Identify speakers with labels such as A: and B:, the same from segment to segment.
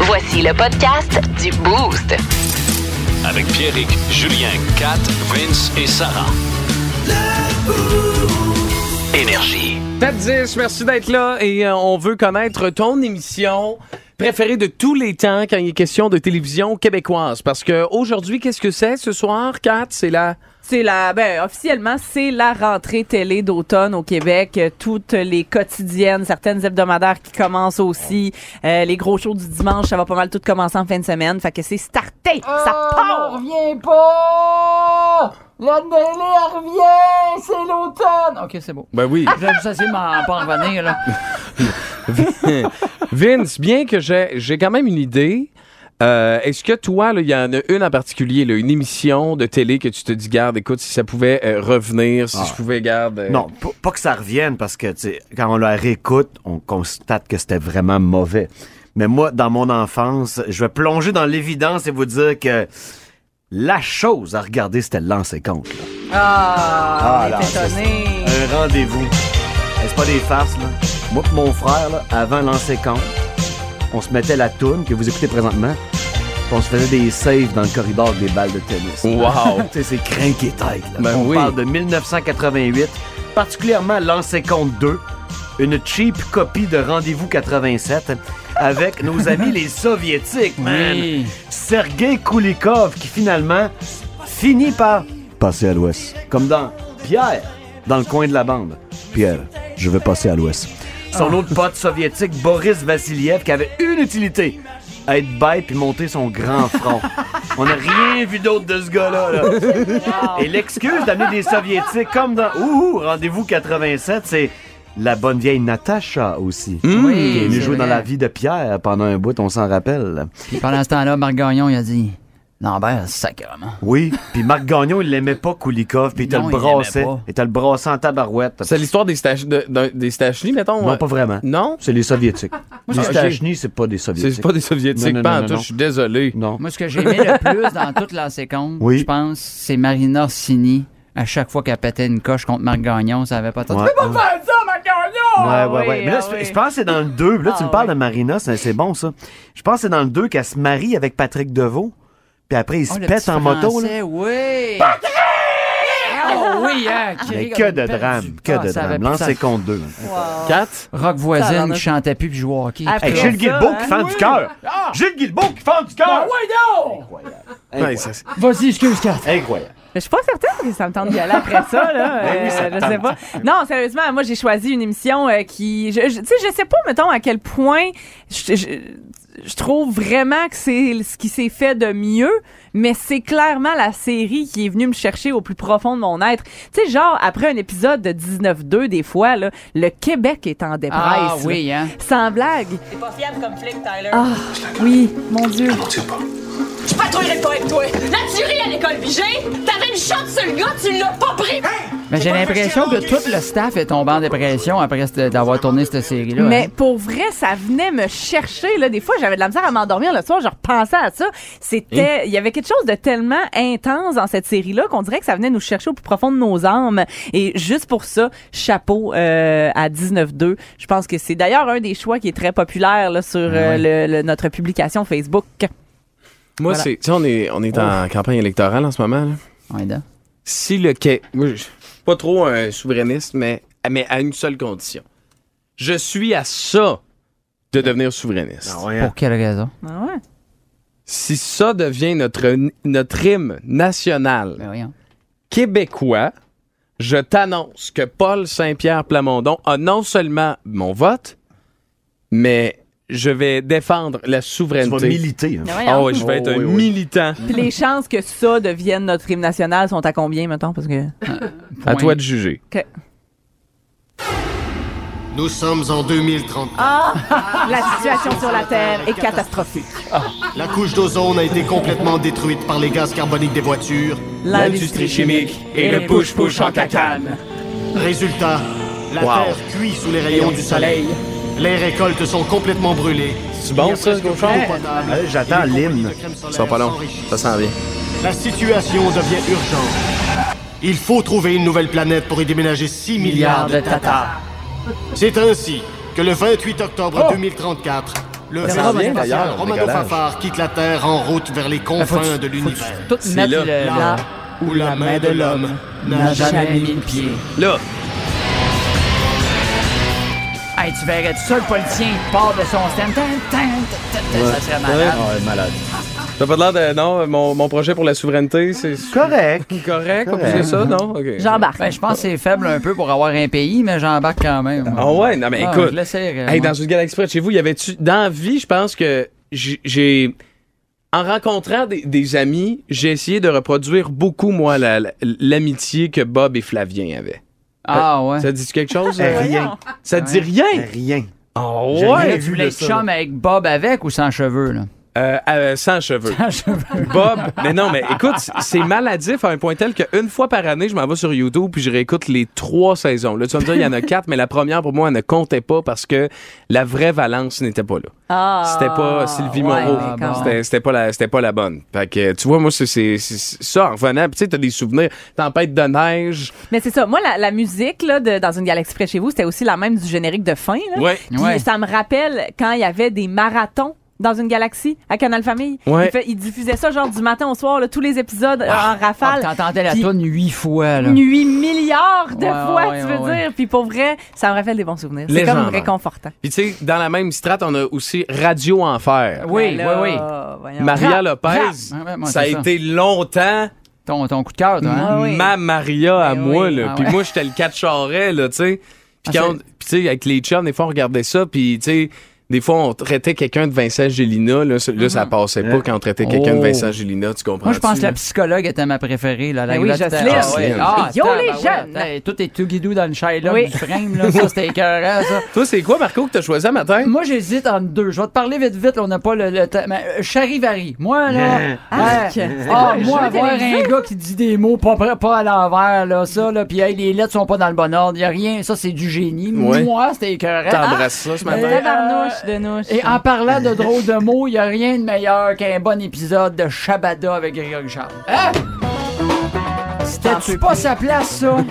A: Voici le podcast du Boost.
B: Avec Pierrick, Julien, Kat, Vince et Sarah. Énergie.
C: Top 10, merci d'être là et euh, on veut connaître ton émission préférée de tous les temps quand il est question de télévision québécoise. Parce que aujourd'hui, qu'est-ce que c'est ce soir, Kat? C'est la...
D: C'est la, ben, officiellement, c'est la rentrée télé d'automne au Québec. Euh, Toutes les quotidiennes, certaines hebdomadaires qui commencent aussi. Euh, les gros shows du dimanche, ça va pas mal tout commencer en fin de semaine. Fait que c'est starté! Ça
E: Ah,
F: Oh,
D: part!
G: revient pas! La télé elle revient! C'est l'automne! Ok, c'est beau.
C: Ben oui.
G: Je vais juste essayer de m'en pas en revenir, là.
C: Vince, bien que j'ai j'ai quand même une idée, euh, est-ce que toi, là, il y en a une en particulier, là, une émission de télé que tu te dis, garde, écoute, si ça pouvait euh, revenir, si
F: Ah.
C: je pouvais, garde... euh,
F: Non, p- pas que ça revienne, parce que tu sais, quand on la réécoute, on constate que c'était vraiment mauvais. Mais moi, dans mon enfance, je vais plonger dans l'évidence et vous dire que la chose à regarder, c'était le lancer contre. là.
D: Ah,
F: Ah,
D: on
F: là,
D: est
F: ça,
D: étonné.
F: Un rendez-vous. Et C'est pas des farces, là. Moi pis mon frère, là, avant lancer contre, on se mettait la toune que vous écoutez présentement, pis on se faisait des saves dans le corridor avec des balles de tennis.
C: Wow.
F: Tu sais, c'est crinqué tête. là.
C: Ben
F: On
C: oui.
F: parle de 1988, particulièrement lancé compte 2, une cheap copie de Rendez-vous 87 avec nos amis les soviétiques, man. Sergei Koulikov qui finalement finit par passer à l'ouest. Comme dans Pierre, dans le coin de la bande. Pierre, je vais passer à l'ouest. Son
G: Ah.
F: autre pote soviétique, Boris Vassiliev, qui avait une utilité être bête puis monter son grand front. On n'a rien vu d'autre de ce gars-là. là. Et l'excuse d'amener des soviétiques comme dans Ouh, rendez-vous 87, c'est la bonne vieille Natacha aussi. qui est venue
G: Mmh. c'est
F: jouer dans
G: vrai.
F: la vie de Pierre pendant un bout, on s'en rappelle.
G: Puis pendant ce temps-là, Marc Gagnon, il a dit Lambert, sacrément.
F: Oui, puis Marc Gagnon, il l'aimait pas Koulikov, puis il te
G: Non,
F: le
G: il
F: brassait.
G: l'aimait pas.
F: Il te le brassait en tabarouette.
C: C'est l'histoire des, stash- de- d'un- des Stachny, mettons?
F: Non,
C: euh,
F: pas vraiment.
C: Non?
F: C'est les soviétiques. Moi,
C: Ah, ok.
F: c'est pas des soviétiques.
C: C'est pas des soviétiques,
F: Non, non,
C: pas en
F: non,
C: tout,
F: non,
C: je suis désolé.
F: Non.
G: Moi, ce que j'ai aimé le plus dans toute la séquence,
F: Oui.
G: je pense, c'est Marina Orsini. À chaque fois qu'elle pétait une coche contre Marc Gagnon, ça avait pas tant
F: Ouais.
G: de...
F: Ouais,
D: Ah
F: ouais,
D: oui,
F: ouais. Mais là,
D: ah
F: je-
D: oui.
F: je pense que c'est dans le 2. Là, tu
D: Ah
F: me parles
D: oui.
F: de Marina, c'est c'est bon, ça. Je pense que c'est dans le 2 qu'elle se marie avec Patrick Deveau. Puis après, ils se
G: Oh, le
F: pètent
G: petit
F: en moto. Là.
G: Français, Oui. Oh oui, hein,
F: Mais
G: Kiri,
F: que
G: comme
F: de
G: une pelle
F: drame,
G: du-
F: que
G: Ah,
F: de
G: ça avait
F: drame.
G: plus de
F: Lancez
G: sens.
F: compte 2.
C: Kat?
G: Rock
D: Ça en
G: voisine
D: a-
G: qui chantait plus puis jouait au hockey.
D: Après-
F: Hey,
D: Hey,
F: Gilles
D: Gilles
F: Guilbeault
D: Guilbeault
F: qui
D: qui
G: hein?
F: fend du cœur.
G: Ah.
F: Gilles Guilbeault qui fend du cœur.
C: Ouais, ça-
G: Vas-y, excuse Kat.
F: Incroyable.
D: Mais Je suis pas certaine que ça me tente d'y aller après ça, là.
F: Ben oui,
D: Euh,
F: ça te
D: je sais pas. Non, sérieusement, moi, j'ai choisi une émission euh, qui. je- je- Tu sais, je sais pas, mettons, à quel point je, je- je trouve vraiment que c'est ce qui s'est fait de mieux, mais c'est clairement la série qui est venue me chercher au plus profond de mon être. Tu sais, genre, après un épisode de 19-2, des fois, là, le Québec est en dépresse.
G: Ah
D: là.
G: oui, hein.
D: Sans blague. C'est pas fiable comme flic, Tyler. Ah, oui, mon Dieu.
H: La tuerie à l'école Vigée, t'avais une shot sur le gars, tu l'as pas pris!
G: Mais j'ai l'impression que tout le staff est tombé en dépression après cette- d'avoir tourné cette série-là.
D: Mais
G: hein.
D: pour vrai, ça venait me chercher. Là. Des fois, j'avais de la misère à m'endormir le soir. Je repensais à ça. C'était, il y avait quelque chose de tellement intense dans cette série-là qu'on dirait que ça venait nous chercher au plus profond de nos âmes. Et juste pour ça, chapeau euh, à 19-2. Je pense que c'est d'ailleurs un des choix qui est très populaire là, sur euh, le- le- notre publication Facebook. Ah
C: Moi,
D: Voilà.
C: c'est. Tu sais, on est, on est en campagne électorale en ce moment. là.
G: On est dedans.
C: Oh. Si le Québec. Moi, je suis pas trop un souverainiste, mais, mais à une seule condition. Je suis à ça de devenir souverainiste.
F: Ah hein.
G: Pour quelle raison?
D: Ah ouais.
C: Si ça devient notre, notre hymne national
G: Ben voyons.
C: québécois, je t'annonce que Paul Saint-Pierre Plamondon a non seulement mon vote, mais je vais défendre la
F: Tu vas
C: souveraineté.
F: militer. hein.
C: Ah ouais, je vais être
F: Oh, oui,
C: un
F: oui.
C: militant.
D: Puis les chances que ça devienne notre hymne national sont à combien, mettons? Parce que...
C: À
G: Point.
C: toi de juger.
D: OK.
I: Nous sommes en 2030.
D: La situation sur la Terre est catastrophique.
I: La couche d'ozone a été complètement détruite par les gaz carboniques des voitures.
D: L'industrie chimique et le push-push en cacane.
I: Résultat, la Terre cuit sous les rayons du soleil. Les récoltes sont complètement brûlées.
C: C'est bon, ça, ce cochon?
F: Allez, J'attends l'hymne.
C: Ça pas long. Ça sent bien.
I: La situation devient urgente. Il faut trouver une nouvelle planète pour y déménager 6
E: Oh.
I: milliards de Tatars. C'est ainsi que le 28 octobre 2034, Le
E: C'est
I: Romanov
E: bien,
I: spatial
E: d'ailleurs,
I: Romanov
E: le galage.
I: Fafard quitte la Terre en route vers les
E: Faut
I: confins
E: que
I: de
E: tu- faut que tu
I: l'univers.
E: tout mettre
C: là.
E: le-
I: Là où la main de l'homme n'a jamais mis.
E: le pied.
C: Là,
E: Hey, tu verrais tout ça, le politicien, il part de son stand. Tan, tan, tan, tan, Ça serait malade.
J: Ouais, malade.
C: t'as pas l'air de. Non, mon, mon projet pour la souveraineté, c'est c'est
F: Correct.
C: correct, on peut dire ça, non? Ok.
D: J'embarque.
E: Ben, je pense que c'est faible un peu pour avoir un pays, mais j'embarque quand même.
C: Ah ouais, non, mais
E: Ah,
C: écoute.
E: Je l'essaierai.
C: Hey,
E: moi.
C: dans une galaxie près de chez vous, il y avait-tu. Dans la vie, je pense que j'ai- j'ai. En rencontrant des, des amis, j'ai essayé de reproduire beaucoup, moi, la- la- l'amitié que Bob et Flavien avaient.
E: Ah ouais.
C: Ça dit quelque chose?
F: Eh,
C: euh?
F: rien.
C: Ça te dit rien?
F: Rien.
C: Oh,
F: J'ai
E: Là,
C: ouais!
F: rien
E: tu
F: vu
E: voulais
F: de
E: être
F: ça.
E: chum avec Bob avec ou sans cheveux, là?
C: Euh, euh, sans cheveux.
E: Sans cheveux.
C: Bob, mais non, mais écoute, c- c'est maladif à un point tel qu'une fois par année, je m'en vais sur YouTube puis je réécoute les trois saisons. Là, tu vas me dire, il y en a quatre, mais la première, pour moi, elle ne comptait pas parce que la vraie Valence n'était pas là.
D: Ah,
C: C'était pas Sylvie
D: ouais,
C: Moreau.
D: mais quand même.
C: C'était- C'était pas, la- c'était pas la bonne. Fait que, tu vois, moi, c'est c'est- c'est ça, en revenant. Puis, tu sais, t'as des souvenirs. Tempête de neige.
D: Mais c'est ça. Moi, la, la musique là, de, dans une galaxie près de chez vous, c'était aussi la même du générique de fin. Là.
C: Ouais.
D: Puis
E: Ouais.
D: ça me rappelle quand il y avait des marathons dans une galaxie à Canal Famille.
C: Ouais.
D: Ils, fait- ils diffusaient ça genre du matin au soir, là, tous les épisodes euh, en
E: Ah,
D: rafale.
E: T'entendais la
D: Puis-
E: toune huit fois, là.
D: 8 milliards de
E: Ouais,
D: fois,
E: ouais,
D: tu veux
E: ouais, ouais.
D: dire. Puis pour vrai, ça me rappelle des bons souvenirs. C'est comme
C: Légendaire.
D: réconfortant.
C: Puis, tu sais, dans la même strate, on a aussi Radio Enfer.
E: Oui,
D: Ben
E: oui, oui.
D: oui.
C: Maria
E: Rap,
C: Lopez,
E: rap. Ouais, ouais, moi,
C: ça a
E: c'est ça.
C: été longtemps
E: Ton, ton coup de cœur, toi, hein?
D: Ah oui.
C: ma Maria à
E: Ben
C: moi.
E: oui,
C: Là.
E: ah
C: puis
E: ouais.
C: moi, j'étais le 4 charret, là, tu sais. Puis,
E: Ah,
C: quand
E: c'est-
C: on- puis tu sais, avec les chums, des fois, on regardait ça, puis, tu sais... Des fois, on traitait quelqu'un de Vincent Gélina. Là, ça- là, ça passait pas quand on traitait quelqu'un de
E: Mm-hmm. Oh.
C: Vincent Gélina, tu comprends
E: Moi, je pense que la psychologue était ma préférée. Là, la
D: Ben oui,
E: grotte-
D: Jocelyne.
E: Ah,
C: Jocelyne.
E: Ah,
D: Yo,
E: attends,
D: les
E: ben ouais,
D: jeunes.
E: attends, Tout est tout guidou dans le Shylock
D: Oui.
E: du frame. Là. Ça, c'était écœurant, ça.
C: Toi, c'est quoi, Marco, que t'as choisi à matin?
E: Moi, j'hésite entre deux. Je vais te parler vite, vite. là, on n'a pas le, le temps. Mais euh, Charivari. Moi, là. ouais.
D: Ah,
E: Ah,
D: c'est quoi, le
E: moi,
D: jeu
E: avoir un
D: télévisé?
E: gars qui dit des mots pas, pr- pas à l'envers, là, ça, là. Puis, hey, les lettres sont pas dans le bon ordre. Il a rien. Ça, c'est du génie.
C: Ouais.
E: Moi, c'était écœurant.
C: T'embrasses ça ce matin?
E: euh,
D: Tabarnouche de nouche.
E: Et ah, en parlant de drôles de mots, il n'y a rien de meilleur qu'un bon épisode de Shabada avec Grégory Charles. Hein? C'était-tu pas sa place, ça? Hein?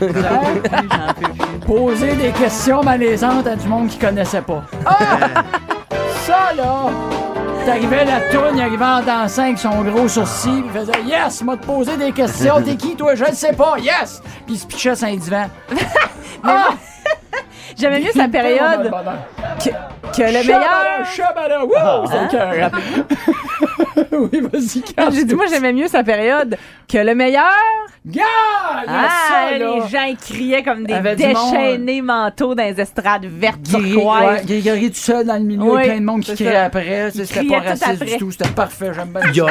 E: Poser des questions malaisantes à du monde qui connaissait pas. Ah! ça, là! T'arrivais la tourne, il arrivait en dansant avec son gros sourcil, puis il faisait Yes, m'a te poser des questions, t'es qui toi? Je le sais pas, yes! Puis il se pichait sur un divan. Ah!
D: J'aimais mieux sa période que, que le meilleur.
E: Shabada, wow! C'est le cœur. Oui, vas-y, casse.
D: J'ai dit, moi, j'aimais mieux sa période que le meilleur.
E: Gars, il y a
D: Ah,
E: ça, là.
D: les gens ils criaient comme des
E: Avait du
D: déchaînés mentaux dans les estrades vertes
E: Gris- ouais,
D: turquoises.
E: Grégory tout seul dans le milieu,
D: Oui,
E: plein de monde qui
D: c'est
E: criait
D: ça.
E: après.
D: Il
E: C'était
D: criait
E: pas
D: tout
E: raciste
D: après.
E: du tout, c'était parfait, j'aime bien
C: Il y
E: ça.
C: a-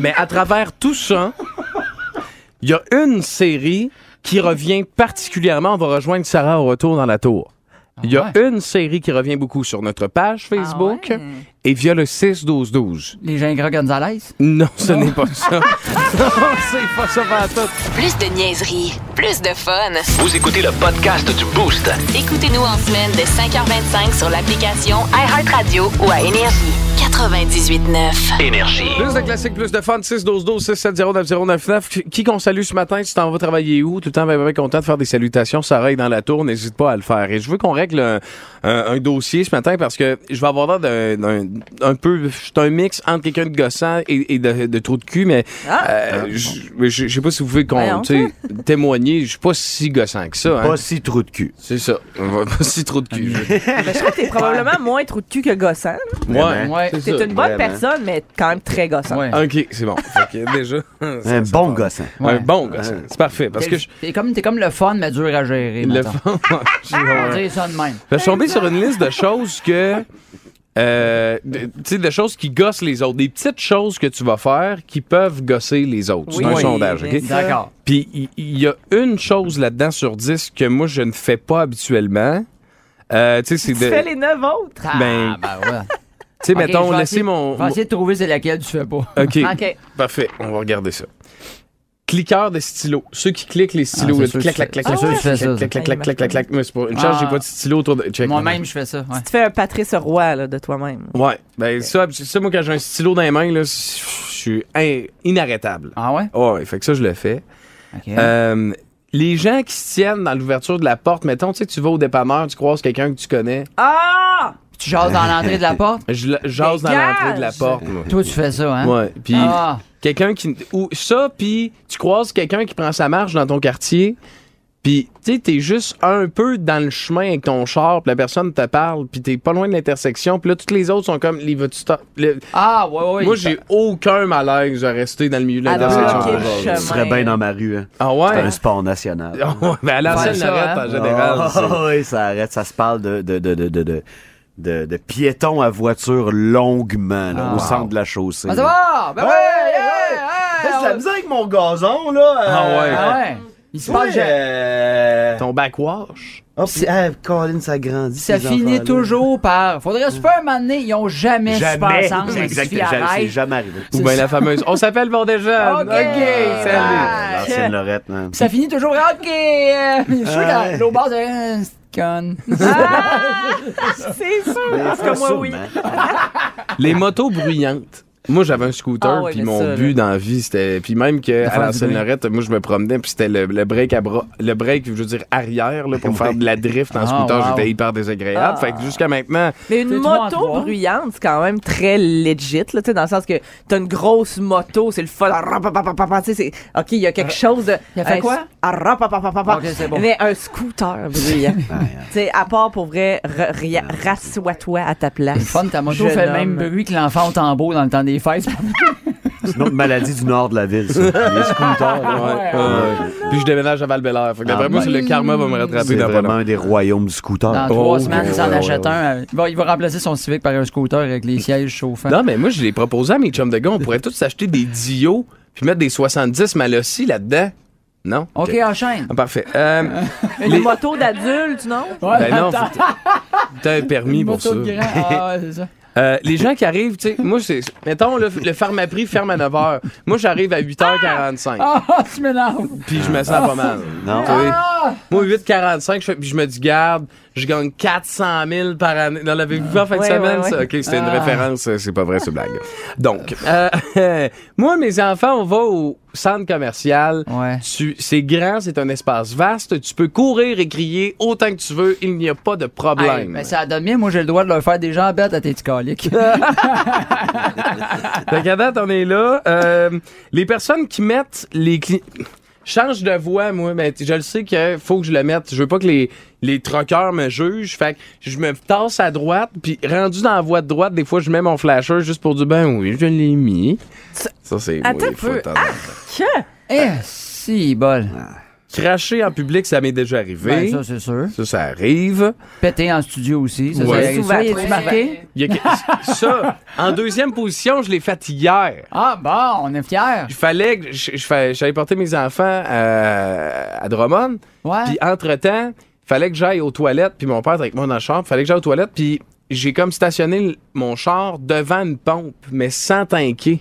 C: mais à travers tout ça, il y a une série qui revient particulièrement. On va rejoindre Sarah au retour dans la tour. Il y a une série qui revient beaucoup sur notre page Facebook
D: Ah Ah ouais?
C: et via le 6-12-12.
E: Les gingras Gonzalez.
C: Non, ce n'est pas ça. non, c'est pas ça pantoute.
A: Plus de niaiserie, plus de fun.
B: Vous écoutez le podcast du Boost.
A: Écoutez-nous en semaine de 5h25 sur l'application iHeartRadio ou à Énergie. 98.9.
B: Énergie.
C: Plus de classiques, plus de fun. 6-12-12-670-9099. Qui qu'on salue ce matin, tu t'en vas travailler où? Tout le temps, bien, bien content de faire des salutations. Sarah est dans la tour, n'hésite pas à le faire. Et je veux qu'on règle un, un- un dossier ce matin parce que je vais avoir l'air d'un- d'un un peu... C'est un mix entre quelqu'un de gossant et, et de, de trou de cul, mais euh, je mais je- je sais pas si vous pouvez qu'on,
D: Ah! Voyons.
C: tu sais, témoigner. Je suis pas si gossant que ça. hein.
F: Pas si trou de cul.
C: C'est ça. Pas si trou de cul. je-
D: Mais je trouve que t'es probablement moins trou de cul que gossant.
C: Ouais,
E: Ouais.
C: c'est
D: T'es
C: ça.
D: une bonne
F: Vraiment.
D: personne, mais quand même très gossant.
E: Ouais.
C: OK, c'est bon. Fait que déjà...
F: Un bon gosse. hein.
E: Ouais.
C: Un bon gossant. C'est parfait parce que je...
E: T'es comme, t'es comme le fun, mais dur à gérer.
C: Le
E: mettons.
C: fond.
E: On va dire Ah, ça de même.
C: Je suis tombé sur une liste de choses que. euh, de- tu sais, de choses qui gossent les autres. Des petites choses que tu vas faire qui peuvent gosser les autres. C'est
D: Oui,
C: un
D: oui,
C: sondage,
D: bien
C: OK?
D: sûr.
E: D'accord.
C: Puis il- il y a une chose là-dedans sur 10 que moi, je ne fais pas habituellement. Euh, tu sais, c'est
D: Tu fais
C: de.
D: les neuf autres.
C: Ben,
E: ah, ben ouais.
C: Tu sais,
E: Ok, je
C: mettons,
E: vais
C: laisser
E: essayer-
C: mon.
E: Je vais essayer de trouver c'est laquelle tu fais pas.
C: OK.
D: OK.
C: Parfait. On va regarder ça. Cliqueur de stylo. Ceux qui cliquent les stylos.
E: Ah, c'est
C: là,
E: sûr
C: clac,
E: que je
C: clac,
E: fais-
C: clac,
E: c'est
C: clac,
E: sûr que je fais
C: clac,
E: ça.
C: clac, clac, clac, clac, clac, clac. Mais c'est pas- Une chance, j'ai pas de stylo autour de. check.
E: Moi-même, je fais ça. ouais.
D: Tu fais un Patrice Roy là, de toi-même.
C: Ouais. Ben, ça, ça, moi, quand j'ai un stylo dans les mains, là, je suis in- inarrêtable.
E: Ah Eh. ouais?
C: Ouais, ouais, fait que ça, je le fais.
E: OK.
C: Euh, les gens qui se tiennent dans l'ouverture de la porte, mettons, tu sais, tu vas au dépanneur, tu croises quelqu'un que tu connais.
D: Ah!
E: Puis tu jases dans l'entrée de la porte.
C: Je la- jase dans
D: Dégage!
C: l'entrée de la porte, moi.
E: Toi, tu fais ça, hein?
C: Ouais, puis
E: Ah.
C: quelqu'un qui ou ça puis tu croises quelqu'un qui prend sa marche dans ton quartier, puis tu sais t'es juste un peu dans le chemin avec ton char, puis la personne te parle, puis t'es pas loin de l'intersection, puis là toutes les autres sont comme les vas-tu t'en- le-
E: Ah, ouais, ouais.
C: Moi
E: il-
C: j'ai aucun malaise à rester dans le milieu de
F: Ah,
D: À
C: l'intersection.
D: bloquer le
C: aujourd'hui.
D: chemin.
F: Tu serais bien dans ma rue. Hein.
C: Ah
F: C'est
C: ouais.
F: un sport national.
C: Ah ouais, mais à l'ancienne
E: Ouais, ça,
C: Lorette,
E: hein.
C: en général.
F: Oh,
C: c'est-
F: oui, ça arrête. Ça se parle de, de, de, de, de, de, de- de piétons à voiture longuement là, au centre de la chaussée.
E: Ah, ça va! Ben
F: Hey,
E: ouais,
F: hey,
E: ouais,
F: hey,
E: ouais,
F: c'est la
E: ouais.
F: misère avec mon gazon, là. euh,
C: Ah ouais.
E: Ah ouais. Il se
F: Pas
E: passe jamais.
C: Ton backwash.
F: euh, Oh, puis, hey, Colin, ça grandit.
E: Ça
F: ces
E: finit
F: enfants-là.
E: toujours par. Faudrait se faire un moment donné, ils ont jamais,
F: Jamais.
E: super ensemble.
F: C'est exact,
E: Sophie,
F: jamais- c'est
E: arrête.
F: jamais arrivé.
C: Ou bien la fameuse On s'appelle bon déjà. salut.
E: Ok, bye.
F: ah, L'ancienne Lorette, man.
E: Puis ça finit toujours. OK! euh, Je suis sûr que l'autre base est. euh, c'est Con.
D: C'est sûr.
F: Mais
D: En tout cas, moi, oui.
F: sûrement.
C: Les motos bruyantes. Moi, j'avais un scooter,
D: Ah ouais,
C: puis
D: mais
C: mon
D: ça,
C: but dans la vie, c'était. Puis même que à
E: faire
C: la
E: du
C: seine
E: bruit.
C: Lorette, moi, je me promenais, puis c'était le, le break à bras. Le break, je veux dire, arrière, là, pour faire de la drift en
E: Ah,
C: scooter,
E: wow.
C: j'étais hyper désagréable. Fait que jusqu'à maintenant,
D: Mais une
E: T'es
D: moto
E: trois à trois.
D: bruyante, c'est quand même très legit, là, tu sais, dans le sens que t'as une grosse moto, c'est le fun. arrapapapapa, tu sais, c'est- OK, il y a quelque chose de.
E: Euh, Il a fait
D: un-
E: quoi?
D: arrapapapapapa.
E: Ok, c'est bon.
D: Mais un scooter bruyant. tu sais, à part pour vrai, re- ria- rassois-toi à ta place.
E: C'est fun, ta moto
D: jeune
E: fait le
D: homme.
E: même bruit que l'enfant au tambour dans le temps des fêtes.
F: C'est une autre maladie du nord de la ville, ça. Les scooters, là.
C: ouais, ouais, ouais. puis je déménage à val belair Fait que d'après
F: Ah,
C: moi,
F: ouais.
C: c'est le karma va me rattraper
F: C'est
C: dans pas
F: vraiment
C: longtemps.
F: un des royaumes du scooter.
E: Dans
C: Oh,
E: trois semaines, il s'en
C: ouais,
E: achète
C: ouais,
E: un. euh, Il va, il va remplacer son Civic par un scooter avec les sièges chauffants.
C: Non, mais moi, je l'ai proposé à mes chums de gars, on pourrait tous s'acheter des Dio, puis mettre des 70 Malossi là-dedans. Non?
E: OK, enchaîne.
C: Ah, parfait. Euh,
D: Une
C: Les-
D: moto d'adulte, non?
C: ben non, faut- t'as un permis
E: Une
C: pour ça.
E: moto de grand. Ah, ouais, c'est ça.
C: Euh, les gens qui arrivent, tu sais, moi, c'est. Mettons, le, le pharmaprix ferme à 9h. Moi, j'arrive à 8h45.
E: Ah, tu m'énerves.
C: Puis je me sens pas mal.
F: Non.
C: Tu sais. Moi, 8h45, je, fais- puis je me dis, garde, je gagne 400 000 par année. Non, l'avez-vous vu en fin de
D: Ouais,
C: semaine,
D: ouais,
C: ça?
D: ouais.
C: OK, c'était une référence, euh, c'est pas vrai, c'est blague. Donc, euh, moi, mes enfants, on va au centre commercial.
E: Ouais.
C: Tu- C'est grand, c'est un espace vaste. Tu peux courir et crier autant que tu veux. Il n'y a pas de
E: Hey, ben,
C: problème.
E: mais ça donne bien, moi j'ai le droit de leur faire des gens bêtes à tes petits coliques.
C: Fait qu'à date, on est là. Euh, les personnes qui mettent les cli- Change de voix, moi, mais t- je le sais que faut que je le mette. Je veux pas que les, les troqueurs me jugent. Fait que je me tasse à droite, puis rendu dans la voie de droite, des fois, je mets mon flasher juste pour dire, ben oui, je l'ai mis. Ça, c'est...
D: Attends
C: oui,
D: un
C: faut
D: peu.
C: attendre.
D: Que?
E: eh, si, bol.
C: Ah. Cracher en public, ça m'est déjà
E: Ben,
C: arrivé.
E: ça, c'est sûr.
C: ça, ça arrive.
E: Péter en studio aussi. Ça,
C: Ouais.
E: c'est
D: Souvent,
E: ça, y a-tu
D: ouais.
E: marqué?
C: Il y a que- ça, en deuxième position, je l'ai fait hier.
E: Ah, bon, on est fiers.
C: Il fallait que je- je fais- j'allais porter mes enfants à, à Drummond.
E: Ouais.
C: Puis entre-temps, fallait que j'aille aux toilettes. Puis mon père était avec moi dans la chambre. Fallait que j'aille aux toilettes. Puis j'ai comme stationné l- mon char devant une pompe, mais sans tanker,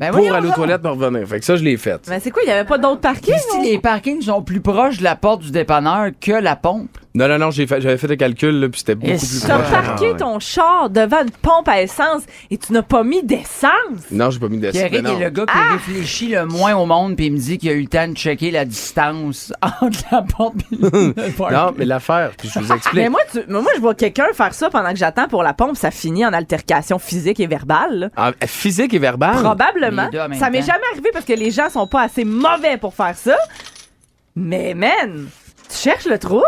E: Ben,
C: pour
E: voyons
C: aller aux
E: donc.
C: toilettes pour revenir. Fait que ça, je l'ai fait.
D: Mais c'est quoi? Il n'y avait pas d'autres parkings?
E: Si
D: non?
E: les parkings sont plus proches de la porte du dépanneur que la pompe.
C: Non, non, non, j'ai fait- j'avais fait le calcul, là, puis c'était beaucoup
E: Et
C: plus
E: ça-
D: T'as
C: proche.
D: parqué
F: ouais.
D: ton char devant une pompe à essence et tu n'as pas mis d'essence?
C: Non, j'ai pas mis de
E: Pierre
C: mais
E: est
C: non.
E: le gars qui
D: Ah!
E: réfléchit le moins au monde puis il me dit qu'il a eu le temps de checker la distance entre la porte et le parking.
C: Non, mais l'affaire, puis je vous explique.
D: Mais moi, tu- mais moi, je vois quelqu'un faire ça pendant que j'attends pour la pompe, ça finit en altercation physique et verbale. là.
C: En- Ah, physique et verbal.
D: Probablement.
E: Les deux en même
D: Ça m'est
E: temps.
D: jamais arrivé parce que les gens sont pas assez mauvais pour faire ça. Mais man, tu cherches le trouble?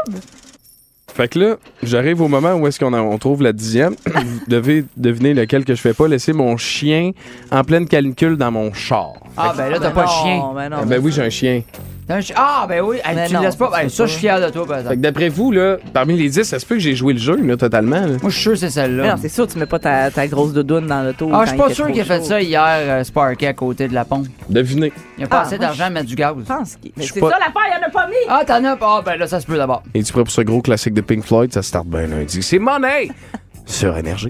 C: Fait que là, j'arrive au moment où est-ce qu'on a- on trouve la dixième. Vous devez deviner lequel que je fais pas. Laisser mon chien en pleine canicule dans mon char.
E: Ah, ben là, t'as
D: Mais
E: pas de
D: non,
E: chien.
D: mais non,
C: Ah,
D: mais
C: ben oui, j'ai un chien.
E: T'as un chien. Ah, ben oui, hey,
D: Mais
E: tu
D: non,
E: le laisses pas.
D: ça,
E: Ben,
D: c'est
E: ça,
D: pas-
E: je suis fier de toi, par
C: Fait que
E: exemple.
C: d'après vous, là, parmi les dix, ça se peut que j'ai joué le jeu, là, totalement. là.
E: Moi, je suis sûr que c'est
D: Mais non,
E: celle-là.
D: c'est sûr, tu mets pas ta, ta grosse doudoune dans l'auto.
E: Ah,
D: quand
E: je suis
D: il
E: pas
D: fait
E: sûr
D: trop
E: qu'il a fait
D: chaud.
E: ça hier, euh, Sparky, à côté de la pompe.
C: Devinez.
E: Il a pas
D: Ah,
E: assez
D: moi,
E: d'argent à mettre du gaz.
D: Je pense qu'il.
C: Je
D: Mais
C: suis
D: c'est
C: pas-
D: ça l'affaire, il en a pas mis!
E: Ah, t'en as pas. Ah, ben là, ça se peut d'abord.
C: Es-tu prêt pour ce gros classique de Pink Floyd? Ça start bien lundi. C'est Money! Sur Énergie.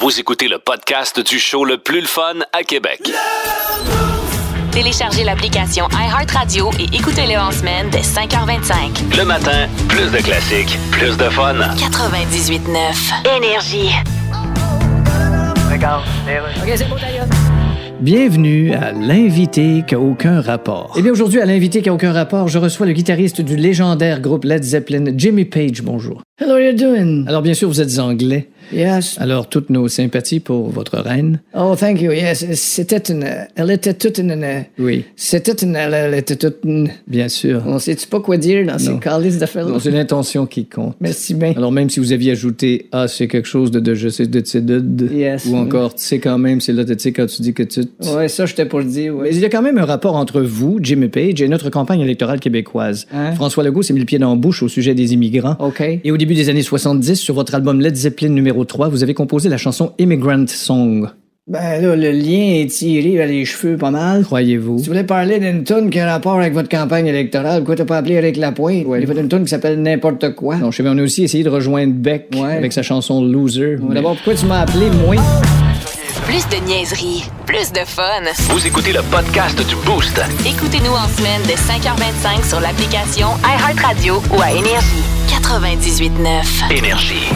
B: Vous écoutez le podcast du show le plus le fun à Québec.
A: Téléchargez l'application iHeartRadio et écoutez-le en semaine dès 5h25.
B: Le matin, plus de classiques, plus de fun.
A: 98.9. Énergie.
J: Bienvenue à l'invité qui a aucun rapport. Eh bien aujourd'hui à l'invité qui a aucun rapport, je reçois le guitariste du légendaire groupe Led Zeppelin, Jimmy Page. Bonjour. Hello, how you doing? Alors bien sûr vous êtes anglais. Yes. Alors, toutes nos sympathies pour votre reine.
K: Oh, thank you. Yes, c'était une. Elle était toute une. une-
J: Oui.
K: C'était une. Elle était toute une.
J: Bien sûr.
K: On sait-tu pas quoi dire dans ces
J: Non.
K: calices d'affaires-là?
J: Non, c'est l'intention qui compte.
K: Merci bien.
J: Alors même si vous aviez ajouté ah c'est quelque chose de de je sais de tu sais, de, de
K: Yes.
J: ou encore tu sais quand même c'est là tu sais quand tu dis que tu tu-
K: Ouais, ça, j'étais pour le dire, ouais.
J: Mais il y a quand même un rapport entre vous, Jimmy Page, et notre campagne électorale québécoise.
K: Hein?
J: François Legault s'est mis le pied dans la bouche au sujet des immigrants.
K: OK.
J: Et au début des années 70, sur votre album Led Zeppelin numéro 3, vous avez composé la chanson Immigrant Song.
K: Ben là, le lien est tiré vers les cheveux pas mal.
J: Croyez-vous?
K: Si vous voulez parler d'une toune qui a rapport avec votre campagne électorale, pourquoi t'as pas appelé Eric Lapointe? Il a fait une toune qui s'appelle N'importe quoi.
J: Non, je sais, mais on a aussi essayé de rejoindre Beck
K: Ouais.
J: avec sa chanson Loser.
K: Bon, D'abord, pourquoi tu m'as appelé, moi?
A: Plus de niaiserie, plus de fun.
B: Vous écoutez le podcast du Boost.
A: Écoutez-nous en semaine de 5h25 sur l'application iHeartRadio ou à Énergie. 98.9.
B: Énergie.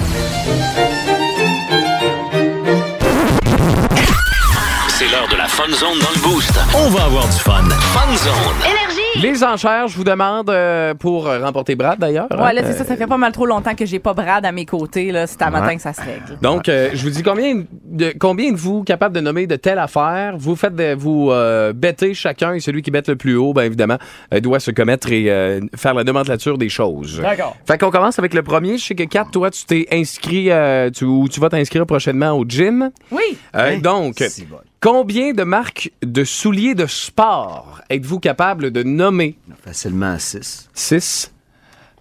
B: C'est l'heure de la Fun Zone dans le Boost. On va avoir du fun. Fun Zone.
C: Les enchères, je vous demande euh, pour remporter Brad d'ailleurs.
D: Ouais, là,
C: Euh,
D: c'est ça. Ça fait pas mal trop longtemps que j'ai pas Brad à mes côtés. là. C'est à matin que ça se règle.
C: Donc, euh, je vous dis combien de, combien de vous capables de nommer de telle affaire. Vous faites de, vous euh, bêtez chacun et celui qui bête le plus haut, bien évidemment, euh, doit se commettre et euh, faire la nomenclature des choses.
E: D'accord.
C: Fait qu'on commence avec le premier. Je sais que Kat, toi, tu t'es inscrit euh, tu, ou tu vas t'inscrire prochainement au gym.
D: Oui.
C: Euh, donc,
F: Hein? c'est bon.
C: combien de marques de souliers de sport êtes-vous capable de nommer?
F: Facilement à 6.
C: 6.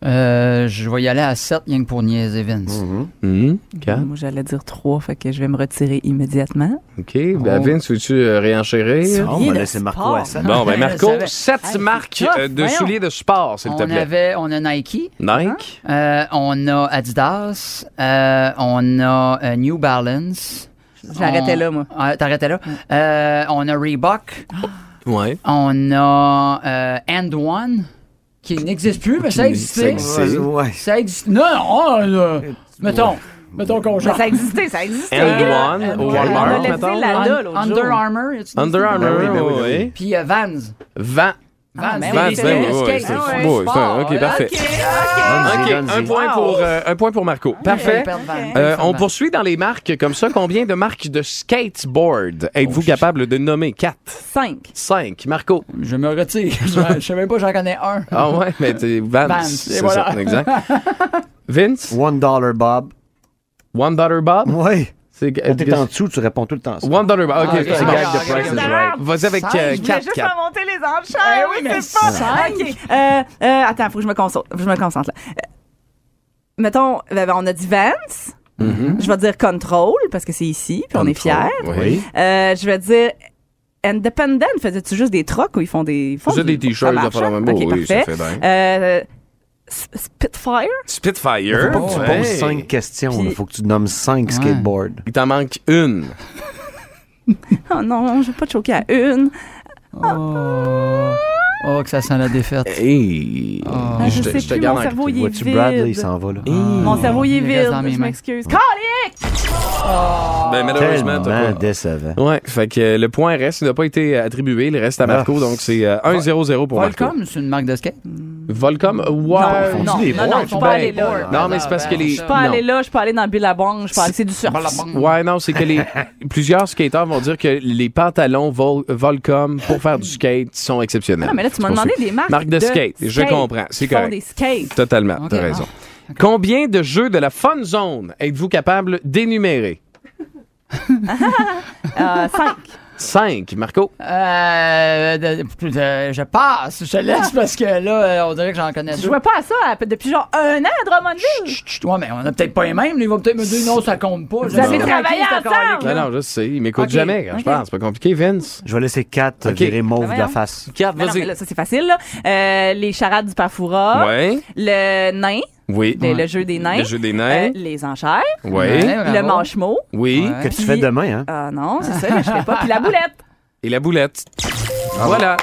E: Euh, je vais y aller à 7, rien que pour niaiser Vince.
C: Mhm, Hein?
D: Moi, j'allais dire trois, fait que je vais me retirer immédiatement.
C: OK. Ben, Vince, veux-tu euh, réenchérir?
F: on va laisser Marco à
D: sport.
F: 7.
C: Bon, ben Marco,
E: Ça va.
C: sept
E: Hey, c'est
C: marques
E: tough,
C: euh, de
E: voyons.
C: souliers de sport, s'il te
E: On,
C: plaît.
E: avait, on a Nike,
C: Nike.
E: euh, on a Adidas, euh, on a euh, New Balance.
D: J'arrêtais
E: On-
D: là, moi.
E: Ah, T'arrêtais là. Euh, on a Reebok,
C: Ouais.
E: on a euh, And One, qui n'existe plus, mais
C: Mm,
E: ça existait.
F: Ouais, ouais.
E: Ça existe. Non, non, euh, mettons. Mettons qu'on
D: Mais
E: change.
D: Ben, ça existait, ça existait.
C: And
D: là.
C: One au
E: On
C: Walmart,
E: a laissé
C: mettons.
D: la- Lana,
E: Un-
D: l'autre
E: Under
D: jour.
E: Armour. est-ce que
C: Under
E: c'est-
C: Armour,
F: Ben oui, ben oui, ben
C: oui.
E: Puis euh, Vans.
C: Vent.
E: Vans,
D: ben
C: Vans,
D: oui,
C: ben oui,
D: le
C: oui,
D: skate.
C: c'est-
D: Ah
C: bon, c'est un- OK, parfait.
D: OK, OK.
C: OK,
F: Donzi,
C: un
F: Donzi.
C: point, pour, euh, un point pour Marco. Parfait. Euh, on poursuit dans les marques comme ça. Combien de marques de skateboard êtes-vous capable de nommer? 4,
D: Cinq.
C: 5. Marco.
E: Je me retire. je, je sais même pas, j'en connais un.
C: Ah ouais, mais t'es Vance.
E: Vance, et
C: c'est
E: voilà.
C: ça, exact. Vince,
F: One dollar Bob.
C: One Dollar Bob.
F: Ouais.
C: C'est,
F: Quand t'es en dessous, tu réponds tout le temps. ça.
C: One Dollar Bob. OK,
E: Ah, ok,
C: c'est
F: C'est
C: bon.
F: gag de
E: ok,
F: Price
E: ok.
F: is Right.
C: Vas-y avec euh,
E: Cinq, je
C: 4,
D: Je voulais juste faire monter les enchères.
E: Eh oui,
D: oui,
E: mais
D: c'est pas
E: ça-
D: OK. Euh, euh, attends, faut que je me concentre. Faut que je me concentre là. Euh, mettons, ben, ben, on a dit Vance.
C: Mm-hmm.
D: Je vais dire Control parce que c'est ici, puis on est fiers.
C: Oui.
D: Euh, je vais dire Independent. Faisais-tu juste des trocs ou ils font des. ils font
C: Vous avez
D: du-
C: des t-shirts,
D: ça
C: ça
D: marche,
C: fait la même
D: hein?
C: Oh,
D: OK,
C: oui, ça
D: parfait.
C: fait bien.
D: Euh, S- Spitfire.
C: Spitfire.
F: Faut pas que tu
C: Ouais.
F: poses 5 questions. Il
D: Puis-
F: faut que tu nommes 5 skateboards.
C: Il t'en manque une.
D: Oh non, je vais pas te choquer à une.
E: Oh. Oh, que ça sent la défaite.
C: Hey.
D: Ah, je,
C: te-
D: sais
C: je te
D: plus,
C: garde
D: mon
C: en
D: cerveau, il est
F: Vois-tu Brad, là, il
D: vide.
F: s'en va, là. Ah.
D: Mon cerveau, il est
E: Il reste dans mes
D: vide. Je
E: mains.
D: m'excuse. Calique!
C: Ben,
F: Tellement
C: malheureusement, t'as pas.
F: décevant.
C: Ouais, fait que euh, le point reste, il n'a pas été attribué, il reste à Marco,
F: Ah.
C: donc c'est euh, 1-0-0 pour Marco.
E: Volcom, c'est une marque ben, de skate.
C: Volcom? euh, Ouais.
D: Non,
F: des
D: non, non,
F: boards,
D: je
F: tu
D: peux pas aller là.
C: Non, mais c'est parce que les-
D: Je peux pas
C: Non.
D: aller là, je peux aller dans Billabong, je peux aller, c'est du surf.
C: Ouais, non, c'est que les plusieurs skateurs vont dire que les pantalons Vol- Volcom pour faire du skate sont exceptionnels.
D: Non, Ah, mais là, tu m'as
C: C'est pour
D: demandé
C: ça.
D: des marques.
C: Marques de skate, je comprends, c'est
D: Ils font
C: correct.
D: des skates.
C: Totalement,
E: Ok,
C: t'as
E: ah.
C: raison. Combien de jeux de la Fun Zone êtes-vous capable d'énumérer?
D: Euh, cinq.
C: 5, Marco.
D: Ah,
E: Euh, de- de- je passe, je laisse parce que là, euh, on dirait que j'en connais
D: Je
E: deux.
D: jouais pas à ça à- depuis genre un an à Drummondville.
E: Chut, chut, ouais, mais on a peut-être pas les mêmes. là. Il va peut-être me dire non, ça compte pas.
D: Vous avez
E: Non.
D: travaillé ensemble.
C: Non, non, je sais, il m'écoute
E: Ok,
C: jamais, quand je
E: ok.
C: pense. C'est pas compliqué, Vince.
F: Je vais laisser 4
C: Ok.
F: virer mauve de la face.
C: 4,
D: Mais non, mais là, ça, c'est facile. là. Euh, les charades du Pafoura.
C: Ouais.
D: Le nain, ben,
C: Oui.
D: le, le jeu Ah. des nains.
C: Le jeu des nains.
D: Euh, les enchères.
C: Oui.
E: Ouais,
D: Le
E: bravo.
D: manchemot.
C: Oui.
E: Ouais.
F: Que tu fais demain, hein?
D: Ah non, c'est ça, je fais pas. Puis la boulette.
C: Et la boulette. Voilà.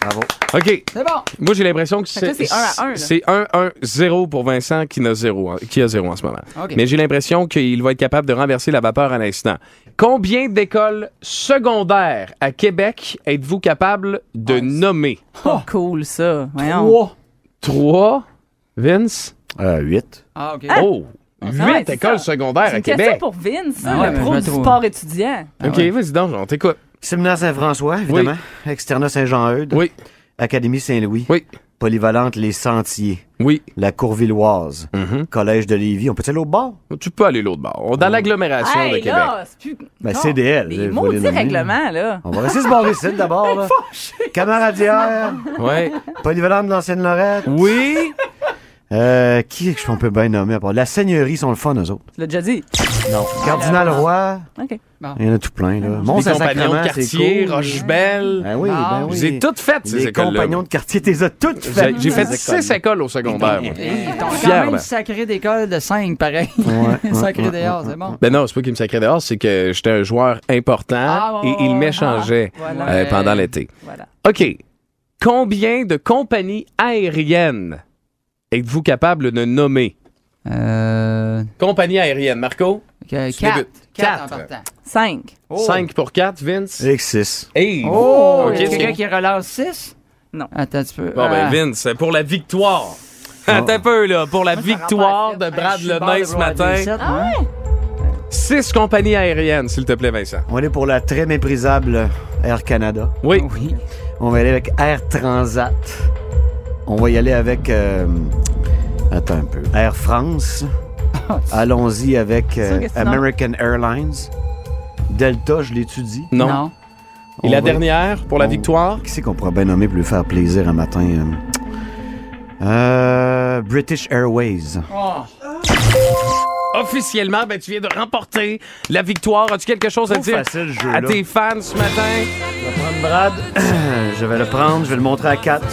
F: Bravo.
C: OK.
E: C'est bon.
C: Moi, j'ai l'impression que
D: que
C: c'est.
D: là, c'est un à un, là.
C: C'est 1-1-0 pour Vincent qui n'a zéro, en- qui a zéro en ce moment.
E: OK.
C: Mais j'ai l'impression qu'il va être capable de renverser la vapeur à l'instant. Combien d'écoles secondaires à Québec êtes-vous capable de nommer?
D: Pas cool, ça. Voyons.
C: 3.
E: Trois.
C: Vince.
F: 8.
E: Ah, OK.
C: Oh!
D: Ah ouais,
C: Huit
D: c'est
C: écoles secondaires
D: C'est
C: à
D: une question
C: Québec.
D: pour Ah Vince, ça,
C: Ah ouais,
D: le
C: mais
D: pro
C: je me
D: du
C: trouve-
D: sport étudiant.
C: OK, vas-y donc, on t'écoute.
F: Séminaire Saint-François, évidemment. Externat Saint-Jean-Eudes.
C: Oui.
F: Académie Saint-Louis.
C: Oui.
F: Polyvalente Les Sentiers.
C: Oui.
F: La Courvilloise. Collège de Lévis. On peut aller l'autre bord?
C: Tu peux aller l'autre bord. Dans l'agglomération
D: Hey,
F: de Québec.
D: là, c'est plus...
F: Ben, CDL.
D: Les
F: là, vous
D: maudits
F: les nommez.
D: règlements, là.
F: On va rester se barrer ici d'abord. là. Camaradière.
C: Ouais.
F: Polyvalente de l'ancienne Lorette.
C: Oui.
F: Euh, qui est-ce qu'on peut bien nommer à part? La Seigneurie sont le fun, eux autres.
D: Tu l'as déjà dit.
F: Non. Cardinal Roy.
D: OK. Bon.
F: Il y en a tout plein, là.
C: Mon
F: Mont
C: les compagnons de
F: Saint-Sacrement, c'est
C: quartier,
F: cool.
C: Rochebelle.
F: Ben oui, ben oui.
C: Je les ai toutes faites, ces
F: Les
C: écoles-là.
F: compagnons de quartier, t'es as toutes
C: J'ai-
F: faites.
C: J'ai fait
F: ces
C: six
F: écoles-là.
C: écoles au secondaire. moi.
E: Ils t'ont
C: Fier,
E: quand même
C: ben.
E: sacré d'école de 5, pareil. sacré dehors, c'est bon.
C: Ben non, c'est pas qu'il me sacrait dehors, c'est que j'étais un joueur important
E: Ah, ouais,
C: et il
E: ouais,
C: m'échangeait
E: ouais. Voilà.
C: euh, pendant l'été. OK. Combien de compagnies aériennes êtes-vous capable de nommer? Compagnie aérienne, Marco? Tu
E: Euh, Quatre.
C: débutes.
E: Quatre en
C: Quatre.
E: partant.
D: Cinq.
C: Oh. Cinq pour quatre, Vince?
F: Et six.
C: Hey!
E: Oh!
C: OK,
E: y a quelqu'un
C: c'est-
E: qui relance 6?
D: Non.
E: Attends un petit peu.
C: Bon, ben,
E: Ah.
C: Vince, pour la victoire.
F: Ah.
C: Attends un peu, là. Pour la victoire de Brad
E: suis bord de
C: Lemay ce
E: voir des sept,
C: matin.
D: Ah
E: moi.
C: Six compagnies aériennes, s'il te plaît, Vincent.
F: On est pour la très méprisable Air Canada.
C: Oui.
F: On va aller avec Air Transat. On va y aller avec. euh, attends un peu. Air France. Allons-y avec euh,
C: Sûr que c'est non.
F: American Airlines. Delta, je l'étudie.
C: Non. Non. Et la dernière pour la victoire?
F: Qui c'est qu'on pourrait bien nommer pour lui faire plaisir un matin? euh? Euh, British Airways.
C: Officiellement, ben, tu viens de remporter la victoire. As-tu quelque chose à
F: Trop
C: dire
F: facile, ce jeu-là.
C: à tes fans ce matin?
F: Je vais prendre Brad. Euh, je vais le prendre, je vais le montrer à 4.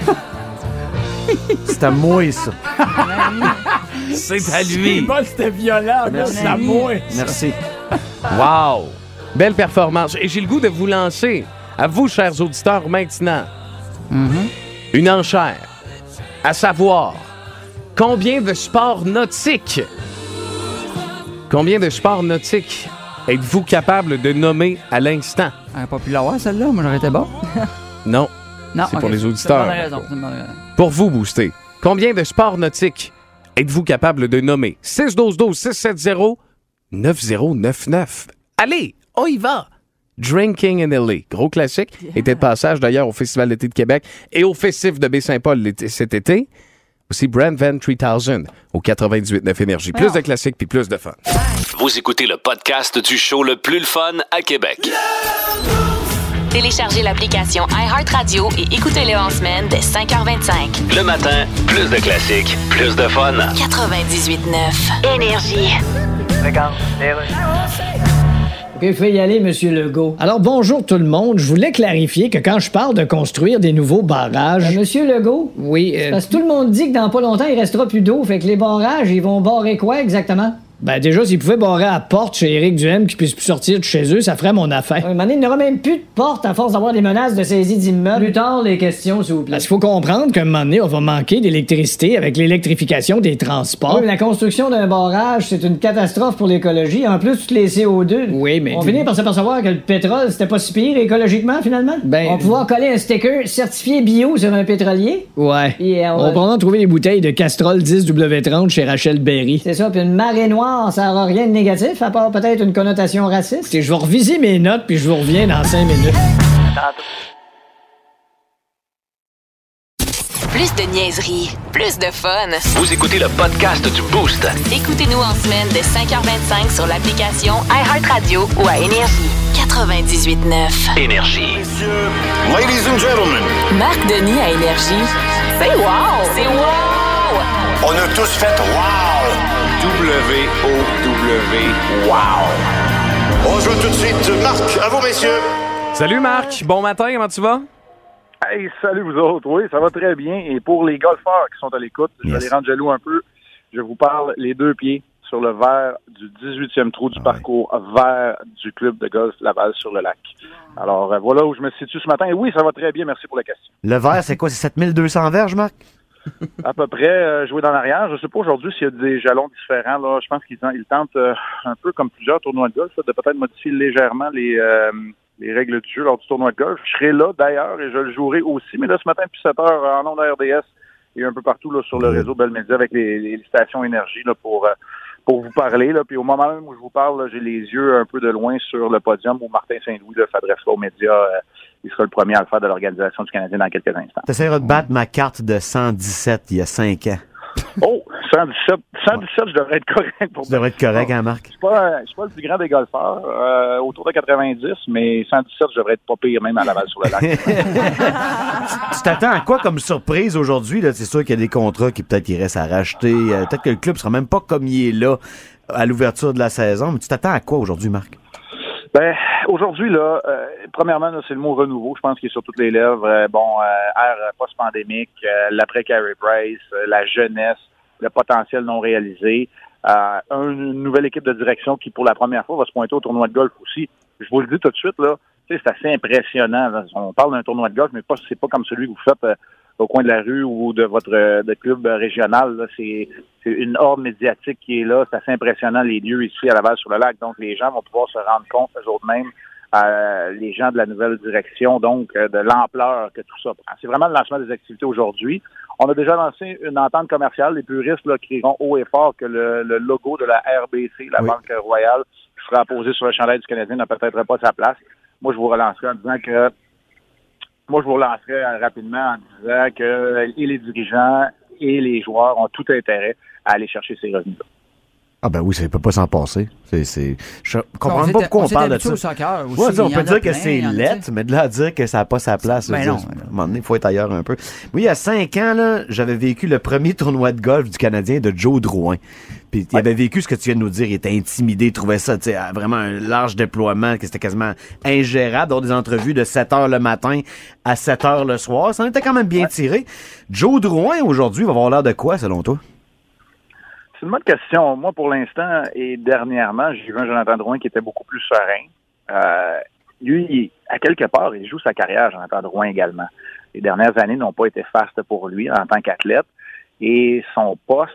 F: C'est à moi, ça.
C: C'est à lui.
E: Bon, c'était violent.
F: Merci.
E: Merci. à moi.
F: Merci.
C: Wow! Belle performance. Et j'ai le goût de vous lancer, à vous, chers auditeurs, maintenant,
E: Mm-hmm.
C: une enchère. À savoir, combien de sports nautiques, combien de sports nautiques êtes-vous capable de nommer à l'instant?
E: Un populaire, celle-là, moi j'aurais été bon.
C: Non.
E: Non,
C: C'est pour
E: ok.
C: les auditeurs.
E: C'est une bonne raison, c'est une bonne raison.
C: Pour vous, Booster, combien de sports nautiques êtes-vous capable de nommer? 612-12-670-9099. Allez, on y va! Drinking in LA, gros classique, était de passage d'ailleurs au Festival d'été de Québec et au Festif de Baie-Saint-Paul l'été- cet été. Aussi Brand Van 3000 au 98.9 Énergie. Plus de classiques puis plus de fun.
B: Vous écoutez le podcast du show le plus le fun à Québec.
A: Téléchargez l'application iHeartRadio et écoutez-le en semaine dès 5h25.
B: Le matin, plus de classiques, plus de fun.
A: 98.9 Énergie.
J: OK, fais y aller, Monsieur Legault. Alors, bonjour tout le monde. Je voulais clarifier que quand je parle de construire des nouveaux barrages...
K: Euh,
J: Monsieur Legault? Oui, euh,
K: Parce que tout le monde dit que dans pas longtemps, il restera plus d'eau. Fait que les barrages, ils vont barrer quoi exactement?
J: Ben déjà, s'ils pouvaient barrer à la porte chez Éric Duhem qu'ils puissent plus sortir de chez eux, ça ferait mon affaire.
K: Un moment donné, il n'y aura même plus de porte à force d'avoir des menaces de saisie d'immeubles. Plus tard, les questions, s'il vous plaît.
J: Parce qu'il faut comprendre qu'à un moment donné, on va manquer d'électricité avec l'électrification des transports.
K: Oui, mais la construction d'un barrage, c'est une catastrophe pour l'écologie. En plus, toutes les CO2.
J: Oui, mais...
K: On finit par s'apercevoir que le pétrole, c'était pas si pire écologiquement, finalement.
J: Ben-
K: On va pouvoir coller un sticker certifié bio sur un pétrolier.
J: Ouais.
K: Et on-
J: On va probablement trouver des bouteilles de Castrol 10W30 chez Rachel Berry.
K: C'est ça, puis une marée noire, ça aura rien de négatif, à part peut-être une connotation raciste.
J: Écoutez, je vais reviser mes notes puis je vous reviens dans 5 minutes.
A: Plus de niaiserie, plus de fun.
B: Vous écoutez le podcast du Boost.
A: Écoutez-nous en semaine dès 5h25 sur l'application iHeartRadio ou à Énergie. 98.9
B: Énergie.
L: Ladies and gentlemen,
A: Marc Denis à Énergie. C'est wow! C'est wow!
L: on a tous fait wow! W-O-W, wow! On joue tout de suite Marc. À vous, messieurs.
C: Salut Marc, bon matin, comment tu vas?
M: Hey, salut vous autres. Oui, ça va très bien. Et pour les golfeurs qui sont à l'écoute, je vais
F: Yes.
M: les rendre jaloux un peu. Je vous parle les deux pieds sur le vert du 18e trou du parcours vert Euh, du club de golf Laval sur le lac. Alors euh, voilà où je me situe ce matin. Et oui, ça va très bien. Merci pour la question.
F: Le vert, c'est quoi? C'est 7200 verges, Marc?
M: À peu près euh, jouer dans l'arrière. Je sais pas aujourd'hui s'il y a des jalons différents. Là, je pense qu'ils en- ils tentent euh, un peu comme plusieurs tournois de golf là, de peut-être modifier légèrement les euh, les règles du jeu lors du tournoi de golf. Je serai là d'ailleurs et je le jouerai aussi. Mais là ce matin puis 7 heures en ondes RDS. et un peu partout là, sur le réseau Bell Media avec les, les stations énergie là, pour, euh, pour vous parler. Là. Puis au moment même où je vous parle, là, j'ai les yeux un peu de loin sur le podium où Martin Saint-Louis là, s'adressera aux médias. euh, il sera le premier à le faire de l'Organisation du Canadien dans quelques instants.
F: T'essaieras de battre ma carte de 117 il y a 5 ans.
M: Oh, 117, 117 je devrais être correct pour
F: Tu devrais être correct, hein, Marc?
M: Je suis pas, un- je suis pas le plus grand des golfeurs, euh, autour de 90, mais 117, je devrais être pas pire même à Laval sur le lac.
F: Tu t'attends à quoi comme surprise aujourd'hui? là? C'est sûr qu'il y a des contrats qui peut-être il restent à racheter. Euh, Peut-être que le club sera même pas comme il est là à l'ouverture de la saison. Mais tu t'attends à quoi aujourd'hui, Marc?
M: Ben, aujourd'hui, là, euh, premièrement, là, c'est le mot renouveau, je pense qu'il est sur toutes les lèvres. Euh, bon, euh, ère post-pandémique, euh, l'après-Carrie Price, euh, la jeunesse, le potentiel non réalisé. Euh, une nouvelle équipe de direction qui, pour la première fois, va se pointer au tournoi de golf aussi. Je vous le dis tout de suite, là, tu sais, c'est assez impressionnant. là. On parle d'un tournoi de golf, mais pas c'est pas comme celui que vous faites euh, au coin de la rue ou de votre euh, de club euh, régional. là. C'est c'est une horde médiatique qui est là. C'est assez impressionnant les lieux ici à Laval-sur-le-Lac. Donc, les gens vont pouvoir se rendre compte eux-mêmes, euh, les gens de la nouvelle direction, donc euh, de l'ampleur que tout ça prend. C'est vraiment le lancement des activités aujourd'hui. On a déjà lancé une entente commerciale. Les puristes là, crieront haut et fort que le, le logo de la RBC, la
F: Oui.
M: Banque Royale, qui sera posé sur le chandail du Canadien n'a peut-être pas sa place. Moi, je vous relancerai en disant que moi, je vous relancerai euh, rapidement en disant que euh, et les dirigeants et les joueurs ont tout intérêt à aller chercher ces revenus-là.
F: Ah ben oui, ça ne peut pas s'en passer. C'est, c'est... Je comprends
M: On
F: pas
M: s'est-
F: pourquoi
M: on
F: on,
M: s'est
F: parle de
M: habitué
F: ça.
M: au soccer aussi,
F: Ouais, ça, on
M: il y
F: peut
M: en a
F: dire
M: plein,
F: que c'est
M: il y en a,
F: lettre, mais de là à dire que ça n'a pas sa place. je veux
M: Ben
F: dire,
M: non.
F: À un moment donné, il faut être ailleurs un peu. Oui, il y a cinq ans, là, j'avais vécu le premier tournoi de golf du Canadien de Joe Drouin. Puis il avait vécu ce que tu viens de nous dire. Il était intimidé, il trouvait ça tu sais, à vraiment un large déploiement, que c'était quasiment ingérable. Dans des entrevues de 7 heures le matin à 7 heures le soir, ça en était quand même bien tiré. Joe Drouin, aujourd'hui, va avoir l'air de quoi, selon toi?
M: C'est une bonne question. Moi, pour l'instant et dernièrement, j'ai vu un Jonathan Drouin qui était beaucoup plus serein. Euh, lui, il- à quelque part, il joue sa carrière, Jonathan Drouin également. Les dernières années n'ont pas été fastes pour lui en tant qu'athlète. Et son poste,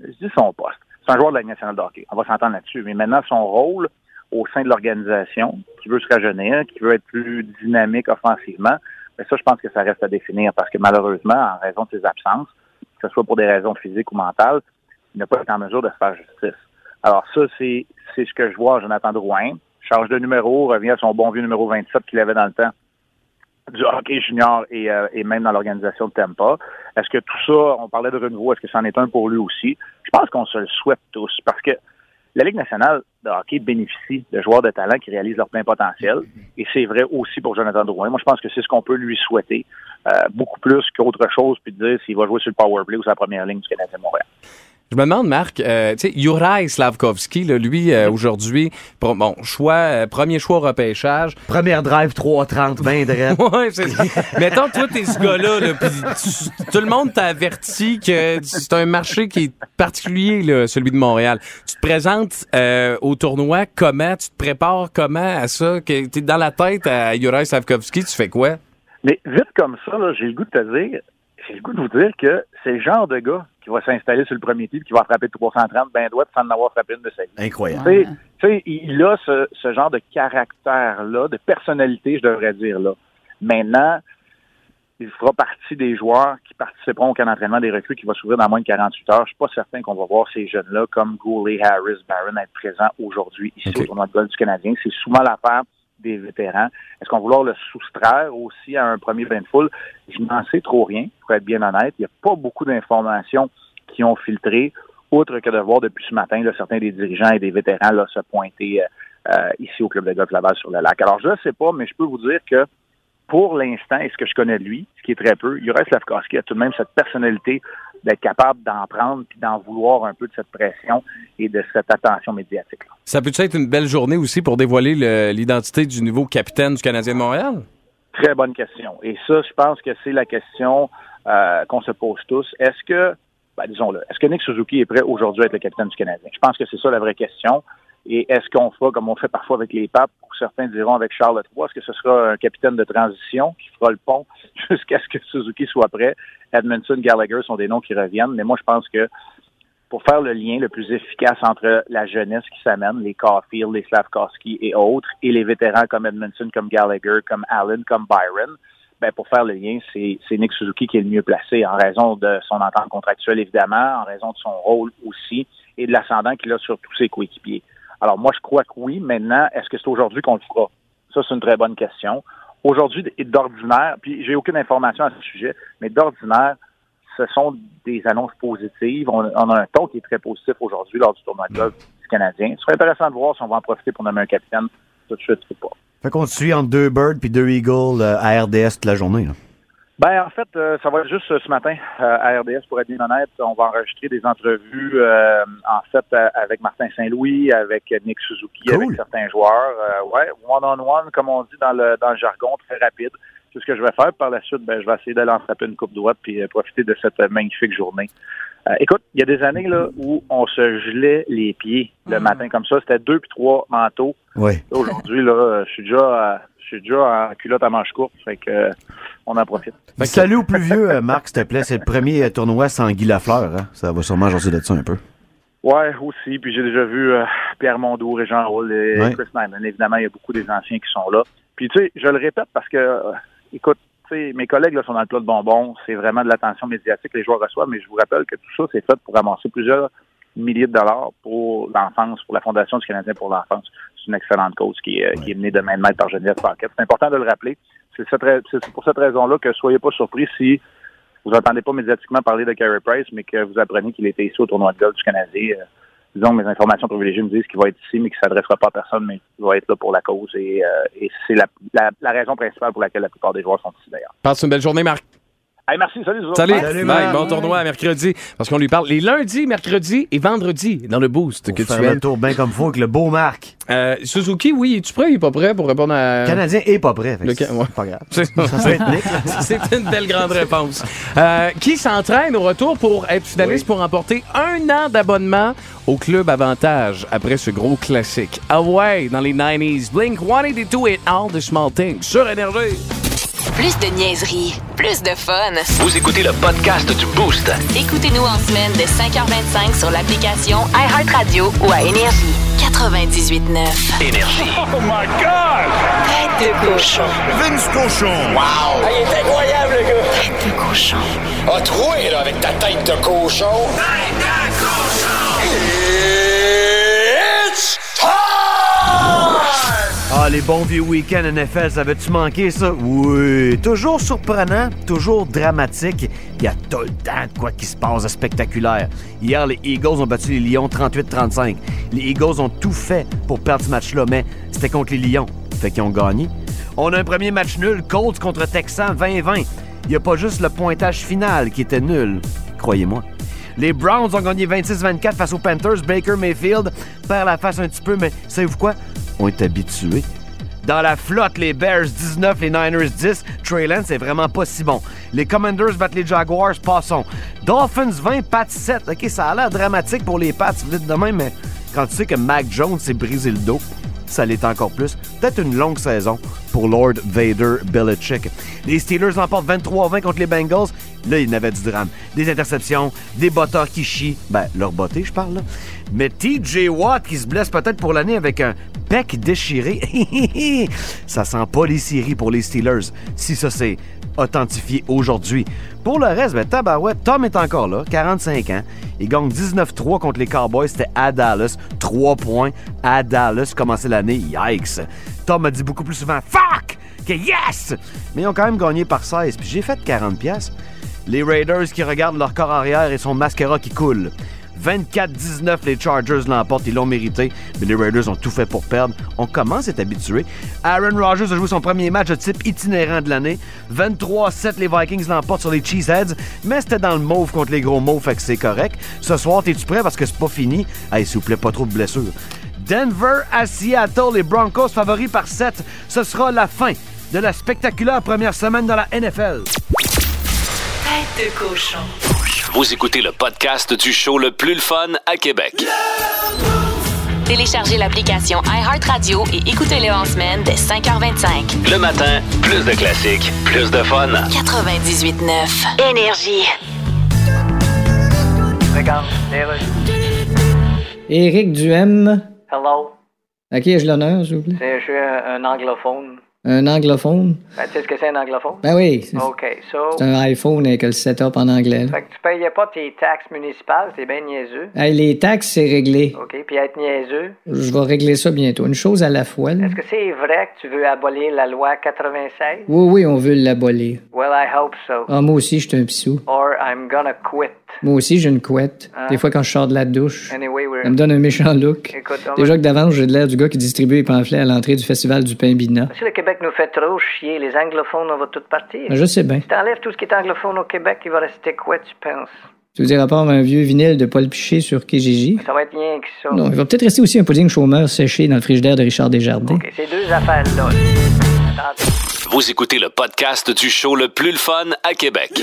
M: je dis son poste, c'est un joueur de la Ligue nationale de hockey. On va s'entendre là-dessus. Mais maintenant, son rôle au sein de l'organisation, qui veut se rajeunir, qui veut être plus dynamique offensivement, mais ça, je pense que ça reste à définir parce que malheureusement, en raison de ses absences, que ce soit pour des raisons physiques ou mentales, il n'a pas été en mesure de se faire justice. Alors ça, c'est c'est ce que je vois à Jonathan Drouin. Change de numéro, revient à son bon vieux numéro 27 qu'il avait dans le temps du hockey junior et, euh, et même dans l'organisation de Tempa. Est-ce que tout ça, on parlait de renouveau, est-ce que c'en est un pour lui aussi? Je pense qu'on se le souhaite tous parce que la Ligue nationale de hockey bénéficie de joueurs de talent qui réalisent leur plein potentiel. Et c'est vrai aussi pour Jonathan Drouin. Moi, je pense que c'est ce qu'on peut lui souhaiter, euh, beaucoup plus qu'autre chose, puis de dire s'il va jouer sur le power play ou sur la première ligne du Canadien de Montréal.
C: Je me demande, Marc, euh, tu sais, Juraj Slavkovski, là, lui, euh, aujourd'hui, pro- bon, choix, euh, premier choix au repêchage.
F: Première drive 3-30, ben drette.
C: ouais, c'est ça. Mettons, toi, t'es ce gars-là, là, puis tu- tout le monde t'a averti que c'est un marché qui est particulier, là, celui de Montréal. Tu te présentes euh, au tournoi, comment? Tu te prépares comment à ça? Que T'es dans la tête à Juraj Slavkovski, tu fais quoi?
M: Mais vite comme ça, là, j'ai le goût de te dire, j'ai le goût de vous dire que c'est le genre de gars qui va s'installer sur le premier type, qui va frapper 330, ben droit, sans en avoir frappé une de sa vie.
F: Incroyable.
M: Tu sais- tu sais, il a ce, ce genre de caractère-là, de personnalité, je devrais dire, là. Maintenant, il fera partie des joueurs qui participeront au camp d'entraînement des recrues qui va s'ouvrir dans moins de 48 heures. Je suis pas certain qu'on va voir ces jeunes-là comme Goulet, Harris, Barron être présents aujourd'hui ici au tournoi de golf du Canadien. C'est souvent l'affaire des vétérans. Est-ce qu'on va vouloir le soustraire aussi à un premier bain de foule? Je n'en sais trop rien, pour être bien honnête. Il n'y a pas beaucoup d'informations qui ont filtré, outre que de voir depuis ce matin là, certains des dirigeants et des vétérans là, se pointer euh, euh, ici au Club de golf Laval sur le lac. Alors, je ne sais pas, mais je peux vous dire que pour l'instant, et ce que je connais de lui, ce qui est très peu, Juraj Slavkovski a tout de même cette personnalité d'être capable d'en prendre puis d'en vouloir un peu de cette pression et de cette attention médiatique.
C: Ça peut être une belle journée aussi pour dévoiler le- l'identité du nouveau capitaine du Canadien de Montréal?
M: Très bonne question. Et ça, je pense que c'est la question euh, qu'on se pose tous. Est-ce que, ben, disons-le, est-ce que Nick Suzuki est prêt aujourd'hui à être le capitaine du Canadien? Je pense que c'est ça la vraie question. Et est-ce qu'on fera, comme on fait parfois avec les papes, ou certains diront avec Charles III, est-ce que ce sera un capitaine de transition qui fera le pont jusqu'à ce que Suzuki soit prêt? Edmondson, Gallagher sont des noms qui reviennent, mais moi, je pense que pour faire le lien le plus efficace entre la jeunesse qui s'amène, les Caulfield, les Slavkowski et autres, et les vétérans comme Edmondson, comme Gallagher, comme Allen, comme Byron, ben, pour faire le lien, c'est c'est Nick Suzuki qui est le mieux placé en raison de son entente contractuelle, évidemment, en raison de son rôle aussi et de l'ascendant qu'il a sur tous ses coéquipiers. Alors, moi, je crois que oui. Maintenant, est-ce que c'est aujourd'hui qu'on le fera? Ça, c'est une très bonne question. Aujourd'hui, et d'ordinaire, puis j'ai aucune information à ce sujet, mais d'ordinaire, ce sont des annonces positives. On, on a un ton qui est très positif aujourd'hui lors du tournoi de golf du Canadien. Ce serait intéressant de voir si on va en profiter pour nommer un capitaine tout de suite ou pas.
F: Fait qu'on te suit entre deux birds puis deux eagles euh, à RDS toute la journée. là.
M: Ben en fait, euh, ça va être juste euh, ce matin euh, à RDS pour être bien honnête. On va enregistrer des entrevues euh, en fait euh, avec Martin Saint-Louis, avec Nick Suzuki, avec certains joueurs. Euh, ouais, one on one comme on dit dans le dans le jargon, très rapide. C'est ce que je vais faire. Par la suite, ben je vais essayer d'aller en frapper une coupe droite puis euh, profiter de cette euh, magnifique journée. Euh, écoute, il y a des années là où on se gelait les pieds le matin comme ça. C'était deux puis trois manteaux.
F: Oui.
M: Aujourd'hui là, je suis déjà euh, je suis déjà en culotte à manches courtes, fait que euh, on en profite.
F: Salut au plus vieux, euh, Marc, s'il te plaît. C'est le premier euh, tournoi sans Guy Lafleur. hein. Ça va sûrement jaser de ça un peu.
M: Ouais, aussi. Puis j'ai déjà vu euh, Pierre Mondour et Jean Roule et
F: Ouais.
M: Chris Nyman. Évidemment, il y a beaucoup des anciens qui sont là. Puis tu sais, je le répète parce que, euh, écoute, tu sais, mes collègues là, sont dans le plat de bonbons. C'est vraiment de l'attention médiatique que les joueurs reçoivent. Mais je vous rappelle que tout ça, c'est fait pour amasser plusieurs milliers de dollars pour l'enfance, pour la Fondation du Canadien pour l'enfance. C'est une excellente cause qui, est- qui est menée de main de maître par Geneviève Paquette. C'est important de le rappeler. C'est cette rai- c'est pour cette raison-là que soyez pas surpris si vous n'entendez pas médiatiquement parler de Carey Price, mais que vous apprenez qu'il était ici au tournoi de golf du Canadien. Euh, disons, mes informations privilégiées me disent qu'il va être ici, mais qu'il ne s'adressera pas à personne, mais qu'il va être là pour la cause. Et, euh, et c'est la, la- la raison principale pour laquelle la plupart des joueurs sont ici, d'ailleurs.
C: Passe une belle journée, Marc.
M: Hey, merci, salut. les autres. Bye.
C: Salut, Bye. bon tournoi à mercredi, parce qu'on lui parle les lundis, mercredis et vendredis dans le boost que
F: Faire
C: tu
F: le
C: aimes.
F: tour bien comme faut avec le beau Marc.
C: Euh, Suzuki, oui, es-tu prêt? Il est pas prêt pour répondre à...
F: Le Canadien est pas prêt. fait que
C: Euh, Le Ca-
F: c'est
C: ouais.
F: Pas grave.
C: C'est
F: Ça va être Nick.
C: c'est une belle grande réponse. Euh, qui s'entraîne au retour pour être finaliste pour remporter un an d'abonnement au club Avantage après ce gros classique? Away dans les 90s, Blink 182 et All the Small Things sur Énergie.
A: Plus de niaiserie, plus de fun.
B: Vous écoutez le podcast du Boost.
A: Écoutez-nous en semaine de 5h25 sur l'application iHeartRadio ou à Énergie. 98.9.
B: Énergie.
A: Oh my God! Tête de cochon.
L: Vince Cochon. Wow!
A: Ah, il est
L: incroyable, le gars! Tête de cochon. A troué, là, avec ta tête de cochon. Tête de cochon! It's time!
F: Ah, les bons vieux week-ends NFL, ça avait-tu manqué, ça? Oui. Toujours surprenant, toujours dramatique. Il y a tout le temps de quoi qui se passe de spectaculaire. Hier, les Eagles ont battu les Lions 38-35. Les Eagles ont tout fait pour perdre ce match-là, mais c'était contre les Lions. Fait qu'ils ont gagné. On a un premier match nul, Colts contre Texans 20-20. Il n'y a pas juste le pointage final qui était nul, croyez-moi. Les Browns ont gagné 26-24 face aux Panthers. Baker Mayfield perd la face un petit peu, mais savez-vous quoi? On est habitué. Dans la flotte, les Bears 19, les Niners 10. Trey Lance, c'est vraiment pas si bon. Les Commanders battent les Jaguars, passons. Dolphins 20, Pats 7. OK, ça a l'air dramatique pour les Pats vite demain, mais quand tu sais que Mac Jones s'est brisé le dos, ça l'est encore plus. Peut-être une longue saison pour Lord Vader Belichick. Les Steelers emportent 23-20 contre les Bengals. Là, il y en avait du drame. Des interceptions, des botteurs qui chient. Ben, leur botté, je parle. là. Mais TJ Watt qui se blesse peut-être pour l'année avec un pec déchiré. ça sent pas les séries pour les Steelers. Si ça, c'est authentifié aujourd'hui. Pour le reste, ben, tabarouette, Tom est encore là, 45 ans. Il gagne 19-3 contre les Cowboys. C'était à Dallas. 3 points à Dallas. Commencer l'année, yikes. Tom a dit beaucoup plus souvent « Fuck! » que « Yes! » Mais ils ont quand même gagné par 16. Puis j'ai fait 40 pièces. Les Raiders qui regardent leur corps arrière et son mascara qui coule. 24-19, les Chargers l'emportent, ils l'ont mérité, mais les Raiders ont tout fait pour perdre. On commence à être habitué. Aaron Rodgers a joué son premier match de type itinérant de l'année. 23-7, les Vikings l'emportent sur les Cheeseheads, mais c'était dans le mauve contre les gros mauves, fait que c'est correct. Ce soir, t'es-tu prêt parce que c'est pas fini? Hey, s'il vous plaît, pas trop de blessures. Denver à Seattle, les Broncos favoris par 7. Ce sera la fin de la spectaculaire première semaine dans la NFL.
A: Tête de cochon.
B: Vous écoutez le podcast du show le plus le fun à Québec.
A: Téléchargez l'application iHeartRadio et écoutez-le en semaine de 5h25.
B: Le matin, plus de classiques, plus de fun.
A: 98.9. Énergie.
N: Regarde, David.
J: Éric Duhem,
N: Hello.
J: à qui ai-je l'honneur, s'il vous plaît?
N: C'est- Je suis un, un anglophone.
J: Un anglophone?
N: Ben, tu sais ce que c'est un anglophone?
J: Ben oui, c'est-
N: OK, so.
J: C'est un iPhone avec le setup en anglais. là.
N: Fait que tu payais pas tes taxes municipales, t'es bien niaiseux.
J: Hey, les taxes, c'est réglé.
N: OK, puis être niaiseux.
J: Je vais régler ça bientôt. Une chose à la fois. là.
N: Est-ce que c'est vrai que tu veux abolir la loi 96?
J: Oui, oui, on veut l'abolir.
N: Well, I hope so.
J: Ah, moi aussi, je suis un pissou.
N: Or I'm gonna quit.
J: Moi aussi, j'ai une couette.
N: Ah.
J: Des fois, quand je sors de la douche,
N: Anyway, we're...
J: ça me donne un méchant look.
N: Écoute, on
J: Déjà
N: va-
J: que d'avance, j'ai de l'air du gars qui distribue les pamphlets à l'entrée du festival du pain bina.
N: Si le Québec nous fait trop chier, les anglophones, on va tout partir.
J: Ben, je sais bien.
N: Si t'enlèves tout ce qui est anglophone au Québec, il va rester quoi, tu penses?
J: Tu veux dire à part un vieux vinyle de Paul Piché sur Kijiji?
N: Ça va être rien que ça.
J: Non, il va peut-être rester aussi un pudding chômeur séché dans le frigidaire de Richard Desjardins.
N: OK, ces deux affaires-là. Attends.
B: Vous écoutez le podcast du show le plus le fun à Québec.